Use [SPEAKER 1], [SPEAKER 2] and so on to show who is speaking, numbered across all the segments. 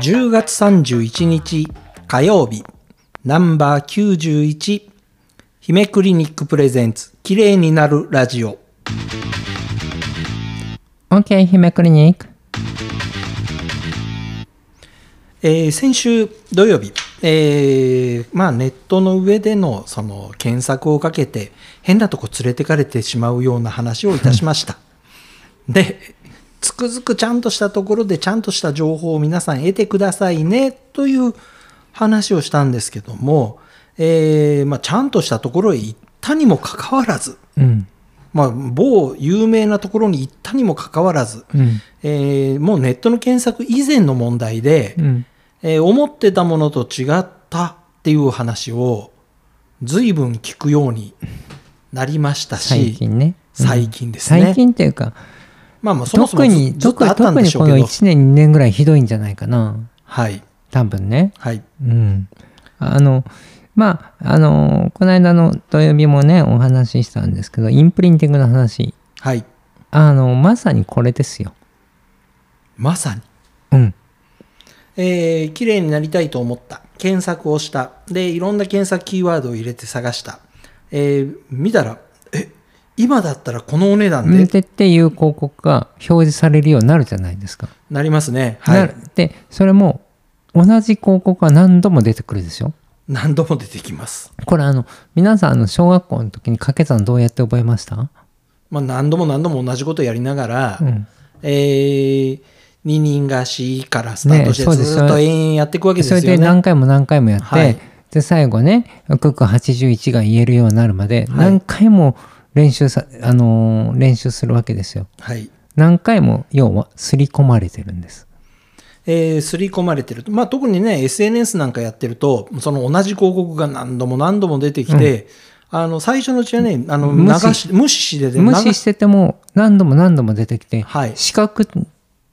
[SPEAKER 1] 10月31日火曜日ナンバー91姫クリニックプレゼンツ綺麗になるラジオ
[SPEAKER 2] OK 姫クリニック
[SPEAKER 1] えー先週土曜日、えーまあ、ネットの上でのその検索をかけて変なとこ連れてかれてしまうような話をいたしました。でつくづくちゃんとしたところでちゃんとした情報を皆さん得てくださいねという話をしたんですけども、えーまあ、ちゃんとしたところへ行ったにもかかわらず、
[SPEAKER 2] うん
[SPEAKER 1] まあ、某有名なところに行ったにもかかわらず、
[SPEAKER 2] うん
[SPEAKER 1] えーもうネットの検索以前の問題で、
[SPEAKER 2] うん
[SPEAKER 1] えー思ってたものと違ったっていう話を随分聞くようになりましたし
[SPEAKER 2] 最近ね
[SPEAKER 1] 最近ですね
[SPEAKER 2] 最近っていうか
[SPEAKER 1] まあまあそもそも
[SPEAKER 2] 特に
[SPEAKER 1] ずっとあったんでしょう
[SPEAKER 2] 特
[SPEAKER 1] けど
[SPEAKER 2] にこの1年2年ぐらいひどいんじゃないかな
[SPEAKER 1] はい
[SPEAKER 2] 多分ね
[SPEAKER 1] はい
[SPEAKER 2] うんあのまああのこの間の土曜日もねお話ししたんですけどインプリンティングの話
[SPEAKER 1] はい
[SPEAKER 2] あのまさにこれですよ
[SPEAKER 1] まさに
[SPEAKER 2] うん
[SPEAKER 1] えー綺麗になりたいと思った。検索をした。で、いろんな検索キーワードを入れて探した。えー見たら、え、今だったらこのお値段
[SPEAKER 2] っ
[SPEAKER 1] で、
[SPEAKER 2] てっていう広告が表示されるようになるじゃないですか。
[SPEAKER 1] なりますね。は
[SPEAKER 2] ないる。でそれも同じ広告が何度も出てくるでしょ。
[SPEAKER 1] 何度も出てきます。
[SPEAKER 2] これあの皆さんあの小学校の時に掛け算どうやって覚えました、
[SPEAKER 1] まあ、何度も何度も同じことやりながら、
[SPEAKER 2] うん、
[SPEAKER 1] えー二人貸しからスタートして、
[SPEAKER 2] ねそうです
[SPEAKER 1] ずっと延々やっていくわけです
[SPEAKER 2] そ
[SPEAKER 1] よ
[SPEAKER 2] れ
[SPEAKER 1] ね。
[SPEAKER 2] で何回も何回もやって、
[SPEAKER 1] はい
[SPEAKER 2] で最後ね「クック81」が言えるようになるまで
[SPEAKER 1] はい
[SPEAKER 2] 何回も練習さ、あのー練習するわけですよ。
[SPEAKER 1] はい。
[SPEAKER 2] 何回も要は刷り込まれてるんです。
[SPEAKER 1] えー、刷り込まれてると、まあ、特にね SNS なんかやってるとその同じ広告が何度も何度も出てきて、あの最初のうちはねあの
[SPEAKER 2] 無
[SPEAKER 1] 無
[SPEAKER 2] 視
[SPEAKER 1] 視し無視してて
[SPEAKER 2] 無
[SPEAKER 1] 流
[SPEAKER 2] 視
[SPEAKER 1] し
[SPEAKER 2] してても何度も何度も出てきて、
[SPEAKER 1] はい
[SPEAKER 2] 視覚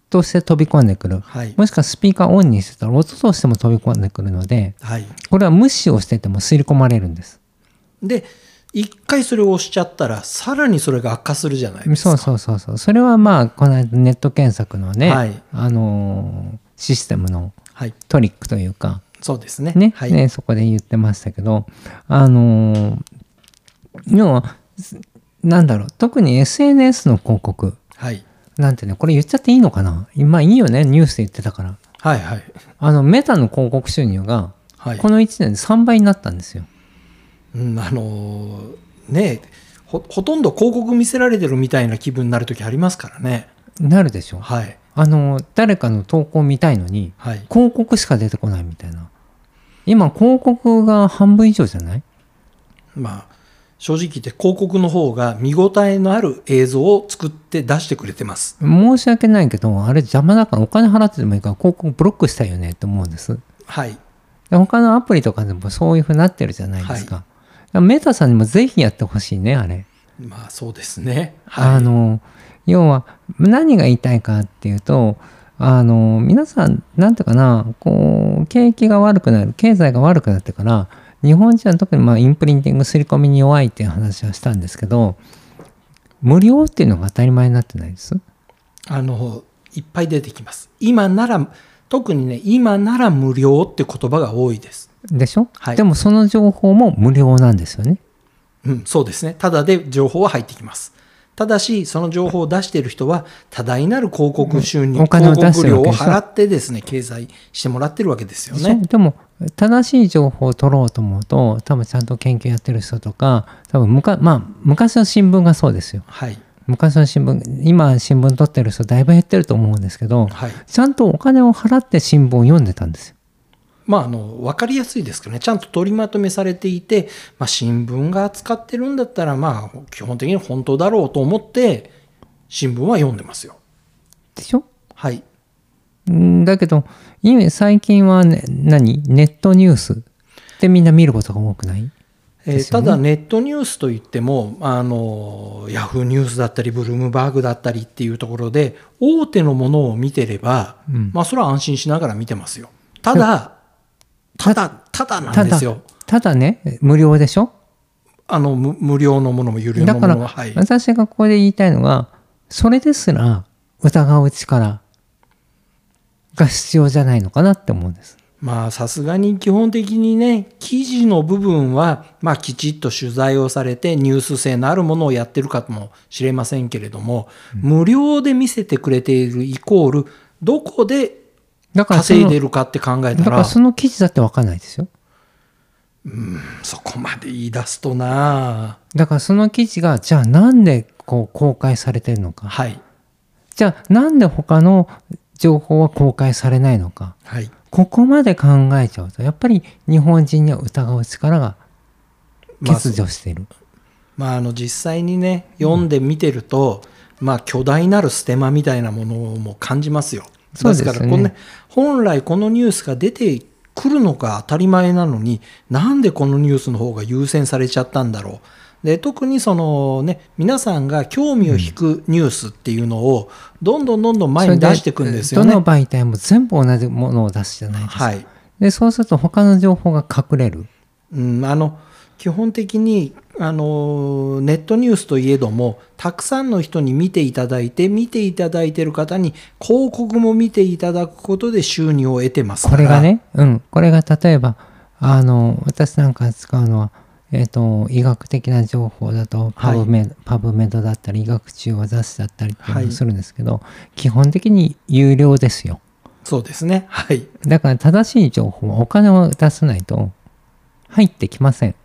[SPEAKER 2] として飛び込んでくる、
[SPEAKER 1] はい、
[SPEAKER 2] もしくはスピーカーオンにしてたら音としても飛び込んでくるので
[SPEAKER 1] はい、
[SPEAKER 2] これは無視をしてても吸り込まれるんです。
[SPEAKER 1] で一回それを押しちゃったらさらにそれが悪化するじゃないですか
[SPEAKER 2] そうそうそうそうそれはまあこの間ネット検索のね、
[SPEAKER 1] はい
[SPEAKER 2] あのーシステムの
[SPEAKER 1] はい
[SPEAKER 2] トリックというか
[SPEAKER 1] そうですね
[SPEAKER 2] ね,、
[SPEAKER 1] はい
[SPEAKER 2] ねそこで言ってましたけどあのー要はすなんだろう特に SNS の広告
[SPEAKER 1] はい、
[SPEAKER 2] なんてねこれ言っちゃっていいのかなまあいいよねニュースで言ってたから
[SPEAKER 1] はいはい
[SPEAKER 2] あのメタの広告収入が
[SPEAKER 1] はい
[SPEAKER 2] この1年で3倍になったんですよ。
[SPEAKER 1] うんあのーねほほとんど広告見せられてるみたいな気分になる時ありますからね
[SPEAKER 2] なるでしょ
[SPEAKER 1] はい
[SPEAKER 2] あの誰かの投稿見たいのに
[SPEAKER 1] はい
[SPEAKER 2] 広告しか出てこないみたいな今広告が半分以上じゃない
[SPEAKER 1] まあ、正直言って広告の方が見応えのある映像を作って出してくれてます。
[SPEAKER 2] 申し訳ないけどあれ邪魔だからお金払ってでもいいから広告ブロックしたいよねって思うんです
[SPEAKER 1] はい。
[SPEAKER 2] で他のアプリとかでもそういうふうになってるじゃないですか,、メタさんにもぜひやってほしいねあれ、
[SPEAKER 1] まあそうですね。はい。
[SPEAKER 2] あの要は何が言いたいかっていうとあの皆さんなんていうかなこう景気が悪くなる経済が悪くなってから日本人は特にまあインプリンティング刷り込みに弱いっていう話はしたんですけど無料っていうのが当たり前になってないです
[SPEAKER 1] あの、いっぱい出てきます。今なら、特にね、今なら無料って言葉が多いです。
[SPEAKER 2] でしょ、
[SPEAKER 1] はい
[SPEAKER 2] でもその情報も無料なんですよね
[SPEAKER 1] うん、そうですね。ただで情報は入ってきます。ただし、その情報を出している人は、多大なる広告収入、
[SPEAKER 2] うんお金を
[SPEAKER 1] 広
[SPEAKER 2] 出して
[SPEAKER 1] 告料
[SPEAKER 2] るわけ
[SPEAKER 1] を
[SPEAKER 2] でしょ
[SPEAKER 1] 払ってですね、経済してもらってるわけですよ
[SPEAKER 2] でしょ
[SPEAKER 1] ね。
[SPEAKER 2] でも正しい情報を取ろうと思うと多分ちゃんと研究やってる人とか多分むか、まあ、昔の新聞がそうですよ
[SPEAKER 1] はい。
[SPEAKER 2] 昔の新聞今新聞取ってる人だいぶ減ってると思うんですけど
[SPEAKER 1] はい。
[SPEAKER 2] ちゃんとお金を払って新聞を読んでたんですよ。
[SPEAKER 1] まあ、あの分かりやすいですけどね、ちゃんと取りまとめされていて、まあ、新聞が扱ってるんだったら、まあ、基本的に本当だろうと思って、新聞は読んでますよ。
[SPEAKER 2] でしょ
[SPEAKER 1] はい。
[SPEAKER 2] んだけど今最近は、ね、何ネットニュースってみんな見ることが多くない
[SPEAKER 1] えー
[SPEAKER 2] ですよ
[SPEAKER 1] た
[SPEAKER 2] ね
[SPEAKER 1] だ、ネットニュースといっても、あの、ヤフーニュースだったり、ブルームバーグだったりっていうところで、大手のものを見てれば、
[SPEAKER 2] うん
[SPEAKER 1] まあ、それは安心しながら見てますよ。ただ、ただ、ただな
[SPEAKER 2] た
[SPEAKER 1] んで
[SPEAKER 2] だ
[SPEAKER 1] すよ。
[SPEAKER 2] ただね無料でしょ
[SPEAKER 1] あの、無無料のものも有料の
[SPEAKER 2] だ
[SPEAKER 1] も
[SPEAKER 2] から
[SPEAKER 1] のも。はい。
[SPEAKER 2] 私がここで言いたいのはそれですら疑う力が必要じゃないのかなって思うんです。
[SPEAKER 1] まあさすがに基本的にね記事の部分は、まあ、きちっと取材をされてニュース性のあるものをやってるかもしれませんけれども、無料で見せてくれているイコールどこで
[SPEAKER 2] だからそ
[SPEAKER 1] 稼い
[SPEAKER 2] の
[SPEAKER 1] でるかって考え
[SPEAKER 2] だ
[SPEAKER 1] た
[SPEAKER 2] から
[SPEAKER 1] ら
[SPEAKER 2] その記事だってわかんないですよ。
[SPEAKER 1] そこまで言い出すとな
[SPEAKER 2] だからその記事がじゃあなんでこう公開されてるのか
[SPEAKER 1] はい
[SPEAKER 2] じゃあなんで他の情報は公開されないのか
[SPEAKER 1] はい
[SPEAKER 2] ここまで考えちゃうとやっぱり日本人には疑う力が
[SPEAKER 1] まあ
[SPEAKER 2] 欠如している。
[SPEAKER 1] まあ、あの実際にね読んで見てると、まあ、巨大なるステマみたいなものも感じますよ。
[SPEAKER 2] そうですね
[SPEAKER 1] からこの、ね、本来このニュースが出てくるのが当たり前なのになんでこのニュースの方が優先されちゃったんだろう。で特にその、ね、皆さんが興味を引くニュースっていうのをどんどんどんどん前に出していくんですよ
[SPEAKER 2] それでど
[SPEAKER 1] ね
[SPEAKER 2] の。媒体も全部同じものを出すじゃないですか。
[SPEAKER 1] はい
[SPEAKER 2] でそうすると他の情報が隠れる。
[SPEAKER 1] うん、あの基本的にあのネットニュースといえどもたくさんの人に見ていただいて見ていただいている方に広告も見ていただくことで収入を得てます
[SPEAKER 2] こ
[SPEAKER 1] から
[SPEAKER 2] れがね、うん、これが例えばあの私なんか使うのは、えー、と医学的な情報だとパブメ,、パブメドだったり医学中和雑誌だったりっていう
[SPEAKER 1] は
[SPEAKER 2] のを
[SPEAKER 1] い
[SPEAKER 2] するんですけど、基本的に有料ですよ
[SPEAKER 1] そうですねはい
[SPEAKER 2] だから正しい情報はお金を出さないと入ってきません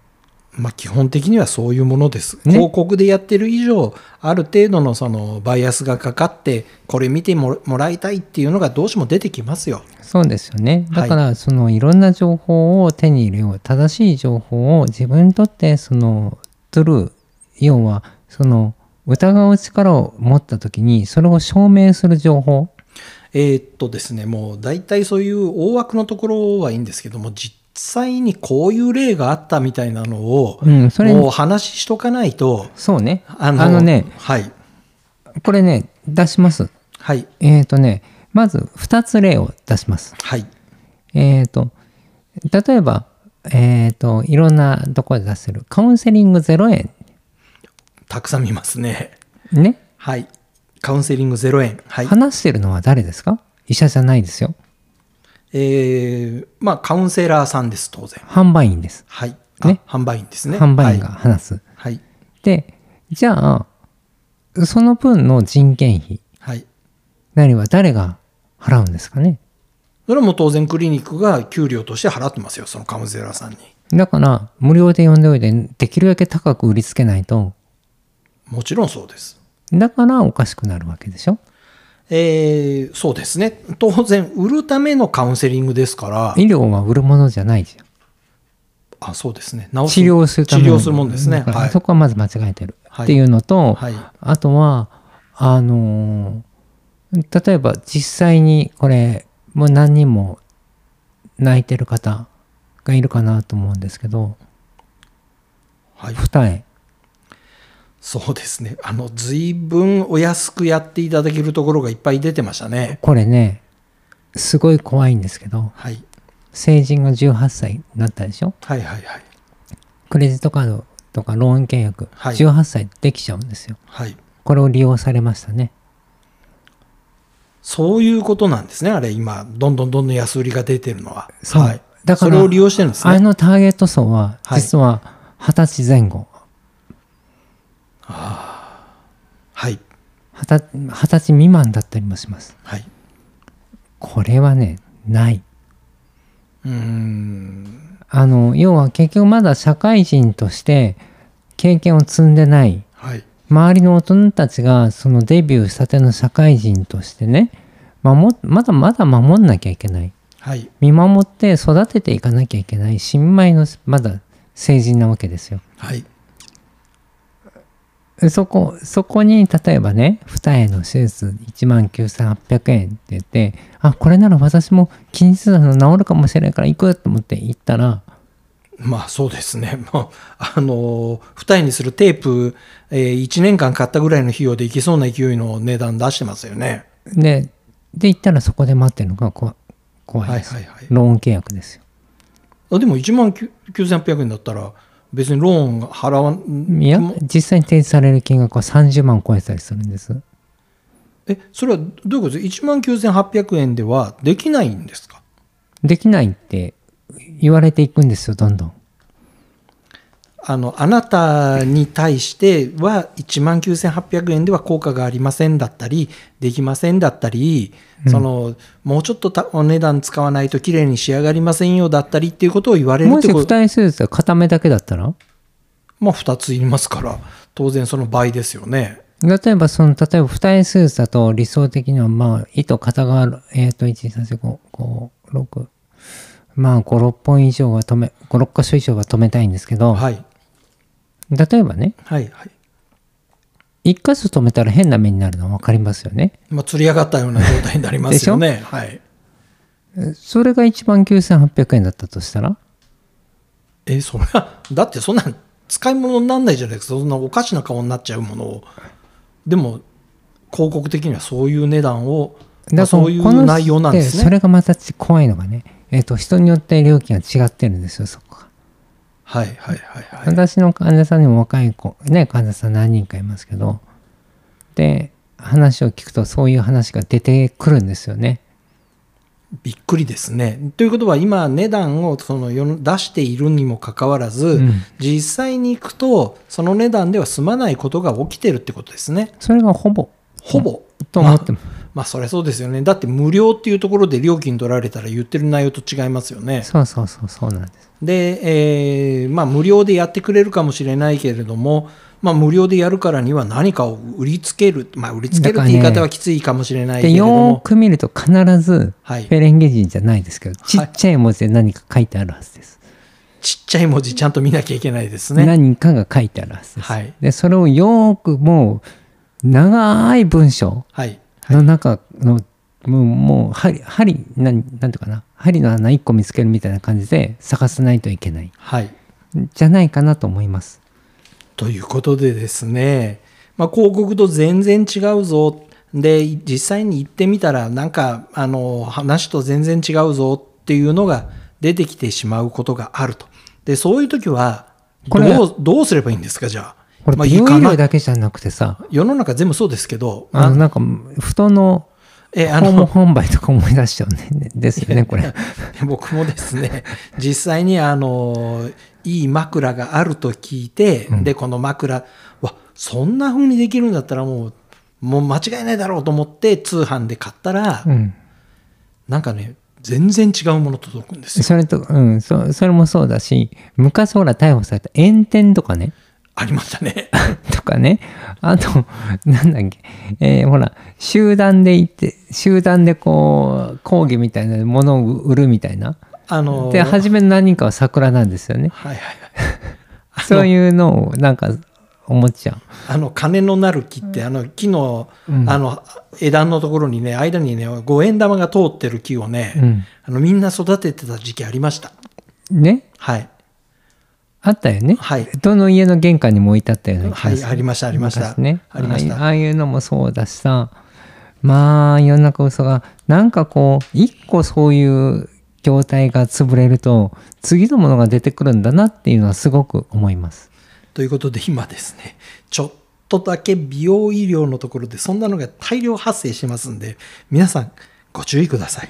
[SPEAKER 1] まあ基本的にはそういうものです、
[SPEAKER 2] ね
[SPEAKER 1] 広告でやってる以上ある程度のそのバイアスがかかってこれ見てももらいたいっていうのがどうしても出てきますよ
[SPEAKER 2] そうですよね
[SPEAKER 1] はい
[SPEAKER 2] だからそのいろんな情報を手に入れよう正しい情報を自分にとってそのトゥルー要はその疑う力を持った時にそれを証明する情報
[SPEAKER 1] えーっとですね、もう大体そういう大枠のところはいいんですけども、実際にこういう例があったみたいなのを、
[SPEAKER 2] うんそれ
[SPEAKER 1] もうお話ししとかないと、
[SPEAKER 2] そうね
[SPEAKER 1] あ
[SPEAKER 2] あ
[SPEAKER 1] の
[SPEAKER 2] のね
[SPEAKER 1] はい、
[SPEAKER 2] これね出します
[SPEAKER 1] はい、
[SPEAKER 2] えっ、とねまず2つ例を出します
[SPEAKER 1] はい、
[SPEAKER 2] えっ、と例えばえっ、といろんなところで出せるカウンセリング0円
[SPEAKER 1] たくさん見ますね。
[SPEAKER 2] ね、
[SPEAKER 1] はい、カウンセリング0円。はい、
[SPEAKER 2] 話してるのは誰ですか医者じゃないですよ
[SPEAKER 1] えー、まあカウンセラーさんです、当然。
[SPEAKER 2] 販売員です
[SPEAKER 1] はい、あ
[SPEAKER 2] ね
[SPEAKER 1] 販売員ですね。
[SPEAKER 2] 販売員が話す、
[SPEAKER 1] はい、はい、
[SPEAKER 2] でじゃあその分の人件費
[SPEAKER 1] はい。
[SPEAKER 2] なりは誰が払うんですかね
[SPEAKER 1] それも当然クリニックが給料として払ってますよ、そのカウンセラーさんに。
[SPEAKER 2] だから無料で呼んでおいてできるだけ高く売りつけないと
[SPEAKER 1] もちろんそうです。
[SPEAKER 2] だからおかしくなるわけでしょ
[SPEAKER 1] えーそうですね。当然、売るためのカウンセリングですから、
[SPEAKER 2] 医療は売るものじゃないじゃん
[SPEAKER 1] あそうですね。治
[SPEAKER 2] 治療するため
[SPEAKER 1] 治
[SPEAKER 2] の
[SPEAKER 1] 療するもんですね。
[SPEAKER 2] だから
[SPEAKER 1] はい
[SPEAKER 2] そ。こはまず間違えてる、
[SPEAKER 1] はい
[SPEAKER 2] っていうのと、
[SPEAKER 1] はい
[SPEAKER 2] あとはあのー例えば実際にこれもう何人も泣いてる方がいるかなと思うんですけど
[SPEAKER 1] はい、
[SPEAKER 2] 二重
[SPEAKER 1] そうですね。あの、随分お安くやっていただけるところがいっぱい出てましたね。
[SPEAKER 2] これねすごい怖いんですけど
[SPEAKER 1] はい。
[SPEAKER 2] 成人が18歳になったでしょ
[SPEAKER 1] はいはいはい。
[SPEAKER 2] クレジットカードとかローン契約、
[SPEAKER 1] はい
[SPEAKER 2] 18歳できちゃうんですよ
[SPEAKER 1] はい。
[SPEAKER 2] これを利用されましたね
[SPEAKER 1] そういうことなんですね。あれ、今、どんどんどんどん安売りが出てるのは。
[SPEAKER 2] そう
[SPEAKER 1] はい。
[SPEAKER 2] だから
[SPEAKER 1] それを利用してるんです
[SPEAKER 2] あれ
[SPEAKER 1] ね。
[SPEAKER 2] のターゲット層は
[SPEAKER 1] はい
[SPEAKER 2] 実は二十歳前後
[SPEAKER 1] はい。
[SPEAKER 2] 二十二十歳未満だったりもします
[SPEAKER 1] はい。
[SPEAKER 2] これはねないう
[SPEAKER 1] ーん。
[SPEAKER 2] あの要は結局まだ社会人として経験を積んでない
[SPEAKER 1] はい。
[SPEAKER 2] 周りの大人たちがそのデビューしたての社会人としてね守まだまだ守んなきゃいけない
[SPEAKER 1] はい。
[SPEAKER 2] 見守って育てていかなきゃいけない新米のまだ成人なわけですよ
[SPEAKER 1] はい。
[SPEAKER 2] そこ、そこに、例えばね、二重の手術19,800円って言って、あ、これなら私も気にするの治るかもしれないから行くと思って行ったら、
[SPEAKER 1] まあそうですね、 まあ、あの二重にするテープ、え1年間買ったぐらいの費用でいけそうな勢いの値段出してますよね。
[SPEAKER 2] で、で行ったらそこで待ってるのが怖怖い
[SPEAKER 1] はい
[SPEAKER 2] です、
[SPEAKER 1] はいはい、
[SPEAKER 2] ローン契約ですよ。
[SPEAKER 1] あでも1万9800円だったら、別にローン払わん
[SPEAKER 2] いや
[SPEAKER 1] も、
[SPEAKER 2] 実際に提示される金額は30万超えたりするんです。
[SPEAKER 1] えそれはどういうことです1万9800円ではできないんですか
[SPEAKER 2] できないって言われていくんですよどんどん
[SPEAKER 1] あのあなたに対しては1万9800円では効果がありませんだったりできませんだったり、
[SPEAKER 2] うん
[SPEAKER 1] そのもうちょっとたお値段使わないと綺麗に仕上がりませんよだったりっていうことを言われるっ
[SPEAKER 2] も
[SPEAKER 1] て
[SPEAKER 2] し
[SPEAKER 1] こ
[SPEAKER 2] 二
[SPEAKER 1] と
[SPEAKER 2] 重手術が片目だけだったら
[SPEAKER 1] まあ2ついりますから当然その倍ですよね。
[SPEAKER 2] 例えばその例えば二重手術だと理想的にはまあ糸片側えっ、と1234556まあ56本以上は止め56箇所以上は止めたいんですけど、
[SPEAKER 1] はい
[SPEAKER 2] 例えばね
[SPEAKER 1] はいはい。
[SPEAKER 2] 1箇所止めたら変な目になるの分かりますよね
[SPEAKER 1] まあ、釣り上がったような状態になりますよね。はい。
[SPEAKER 2] それが1万9800円だったとしたら
[SPEAKER 1] えそりゃ だってそんなん使い物にならないじゃないですかそんなおかしな顔になっちゃうものをでも広告的にはそういう値段を、まあそういう内容なんです
[SPEAKER 2] そ
[SPEAKER 1] ね
[SPEAKER 2] れがまたち怖いのがね、えっと人によって料金が違ってるんですよそこが、
[SPEAKER 1] はいはいはいはい
[SPEAKER 2] 私の患者さんにも若い子ね患者さん何人かいますけどで話を聞くとそういう話が出てくるんですよね
[SPEAKER 1] びっくりですねということは今値段をその世の出しているにもかかわらず、
[SPEAKER 2] ん
[SPEAKER 1] 実際に行くとその値段では済まないことが起きてるってことですね
[SPEAKER 2] それがほぼ
[SPEAKER 1] ほぼ、
[SPEAKER 2] と思っても、
[SPEAKER 1] まあそりゃそうですよねだって無料っていうところで料金取られたら言ってる内容と違いますよね
[SPEAKER 2] そうそうそうそうなんです
[SPEAKER 1] で、えーまあ、無料でやってくれるかもしれないけれども、まあ、無料でやるからには何かを売りつける、まあ、売りつけるって言い
[SPEAKER 2] だからね
[SPEAKER 1] 方はきついかもしれないけ
[SPEAKER 2] で
[SPEAKER 1] れど
[SPEAKER 2] よー
[SPEAKER 1] も、
[SPEAKER 2] く見ると必ず
[SPEAKER 1] はい
[SPEAKER 2] フ、ェレンゲ人じゃないですけど、ち
[SPEAKER 1] はい
[SPEAKER 2] っちゃい文字で何か書いてあるはずです、
[SPEAKER 1] ちっちゃい文字ちゃんと見なきゃいけないですね。
[SPEAKER 2] 何かが書いてあるはずです、
[SPEAKER 1] はい
[SPEAKER 2] でそれをよーくもう長い文章
[SPEAKER 1] はい、
[SPEAKER 2] の中の、もうもう針針なんなんていうかな針の穴1個見つけるみたいな感じで探さないといけない
[SPEAKER 1] はい、
[SPEAKER 2] じゃないかなと思います
[SPEAKER 1] ということでですね、まあ、広告と全然違うぞで実際に行ってみたらなんかあの話と全然違うぞっていうのが出てきてしまうことがあるとでそういう時は
[SPEAKER 2] これ
[SPEAKER 1] どうどうすればいいんですかじゃあ。
[SPEAKER 2] これ
[SPEAKER 1] まあ
[SPEAKER 2] 美容医
[SPEAKER 1] いいかな
[SPEAKER 2] 療だけじゃなくてさ、
[SPEAKER 1] 世の中全部そうですけど、
[SPEAKER 2] あの
[SPEAKER 1] あ
[SPEAKER 2] なんか布団の
[SPEAKER 1] えあ
[SPEAKER 2] 訪問
[SPEAKER 1] の
[SPEAKER 2] 販売とか思い出しちゃうねです よねこれ
[SPEAKER 1] 僕もです ね、実際にあのいい枕があると聞いて、
[SPEAKER 2] うん
[SPEAKER 1] で、この枕、わそんな風にできるんだったらもう、もう間違いないだろうと思って、通販で買ったら、
[SPEAKER 2] うん
[SPEAKER 1] なんかね、全然違うもの届くんですよ。
[SPEAKER 2] それとうんそそれもそうだし昔ほら逮捕された炎天とかね
[SPEAKER 1] ありました ね。
[SPEAKER 2] とかねあと なんだっけ、えーほら集団で行って集団でこう講義みたいなものを売るみたいな
[SPEAKER 1] あの
[SPEAKER 2] で初めの何人かは桜なんですよね
[SPEAKER 1] はいはいはい。
[SPEAKER 2] そういうのをなんか思っちゃ
[SPEAKER 1] あの金のなる木ってあの木の,、
[SPEAKER 2] うん
[SPEAKER 1] あの枝のところにね間にね五円玉が通ってる木をね、
[SPEAKER 2] うん
[SPEAKER 1] あのみんな育ててた時期ありました
[SPEAKER 2] うね
[SPEAKER 1] はい
[SPEAKER 2] あったよね
[SPEAKER 1] はい
[SPEAKER 2] どの家の玄関にも置いてあったような気がす
[SPEAKER 1] は
[SPEAKER 2] る、
[SPEAKER 1] いありましたありました、
[SPEAKER 2] 昔ね
[SPEAKER 1] ありまし
[SPEAKER 2] あ
[SPEAKER 1] た
[SPEAKER 2] ああいうのもそうだしさまあ世の中嘘がなんかこう一個そういう業態が潰れると次のものが出てくるんだなっていうのはすごく思います。
[SPEAKER 1] ということで今ですねちょっとだけ美容医療のところでそんなのが大量発生してますんで皆さんご注意ください